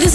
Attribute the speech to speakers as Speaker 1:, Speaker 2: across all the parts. Speaker 1: this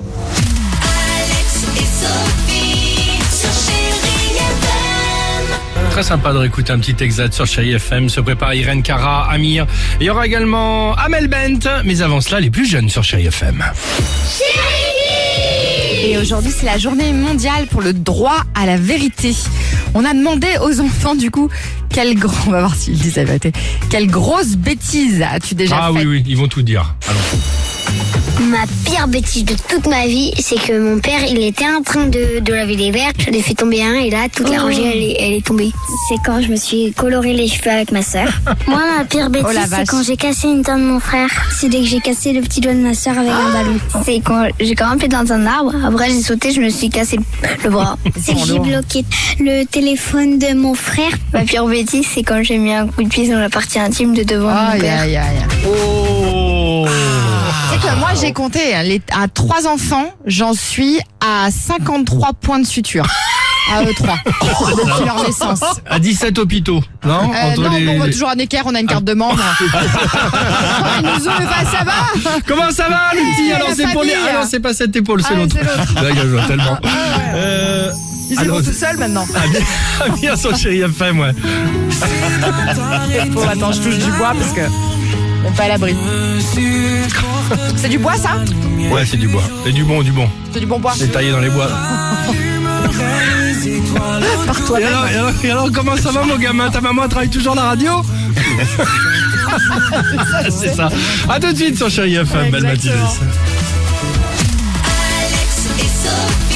Speaker 2: Alex et Sophie sur Chéri FM.
Speaker 3: Très sympa de réécouter un petit exat sur Chéri FM. Se prépare Irène Cara, Amir. Il y aura également Amel Bent. Mais avant cela, les plus jeunes sur Chéri FM.
Speaker 4: Et aujourd'hui, c'est la journée mondiale pour le droit à la vérité. On a demandé aux enfants, du coup, quelle gros, on va voir s'ils disent la vérité. Quelle grosse bêtise as-tu déjà
Speaker 3: Ah oui,
Speaker 4: faite
Speaker 3: oui, ils vont tout dire. Allons.
Speaker 5: Ma pire bêtise de toute ma vie, c'est que mon père, il était en train de, de laver les verres. Je l'ai fait tomber un et là, toute la rangée, elle est, elle est tombée. Oh. C'est quand je me suis coloré les cheveux avec ma sœur. Moi, ma pire bêtise,
Speaker 4: Oh la vache.
Speaker 5: c'est quand j'ai cassé une dent de mon frère. C'est dès que j'ai cassé le petit doigt de ma sœur avec un ballon. Oh. C'est quand j'ai grimpé dans un arbre. Après, j'ai sauté, je me suis cassé le bras. c'est que
Speaker 4: hein.
Speaker 5: j'ai bloqué le téléphone de mon frère. Ma pire bêtise, c'est quand j'ai mis un coup de pied dans la partie intime de devant mon
Speaker 4: Aïe,
Speaker 5: père.
Speaker 4: aïe, aïe. Ah.
Speaker 3: Oh
Speaker 4: C'est que moi, j'ai compté. hein, les- à trois enfants, j'en suis à 53 points de suture. À eux trois.
Speaker 3: Oh,
Speaker 4: depuis leur naissance.
Speaker 3: À 17 hôpitaux, non
Speaker 4: Euh,
Speaker 3: Entre
Speaker 4: non,
Speaker 3: les-
Speaker 4: mais on va toujours un équerre, on a une carte de membre. Ils nous ouvrent, bah, ça va
Speaker 3: Comment ça va, le petit
Speaker 4: Hey,
Speaker 3: Alors
Speaker 4: la
Speaker 3: c'est pour les...
Speaker 4: famille.
Speaker 3: Ah non, c'est pas cette épaule, c'est
Speaker 4: Ah,
Speaker 3: l'autre.
Speaker 4: c'est l'autre.
Speaker 3: Là, je vois tellement. Euh,
Speaker 4: Ah Ils
Speaker 3: alors,
Speaker 4: vont tout seuls maintenant.
Speaker 3: Amir- Amir sur Chéri FM, ouais.
Speaker 4: Bon, Oh, attends, je touche du bois parce que. On est pas à l'abri. C'est du bois, ça
Speaker 3: Ouais, c'est du bois. C'est du bon, du bon.
Speaker 4: C'est du bon bois.
Speaker 3: C'est taillé dans les bois. et, alors, et alors- et alors, comment ça va, mon gamin Ta maman elle travaille toujours à la radio C'est ça. À tout de suite sur Chéri FM, belle matinée.
Speaker 4: Exactement.
Speaker 2: Alex et Sophie.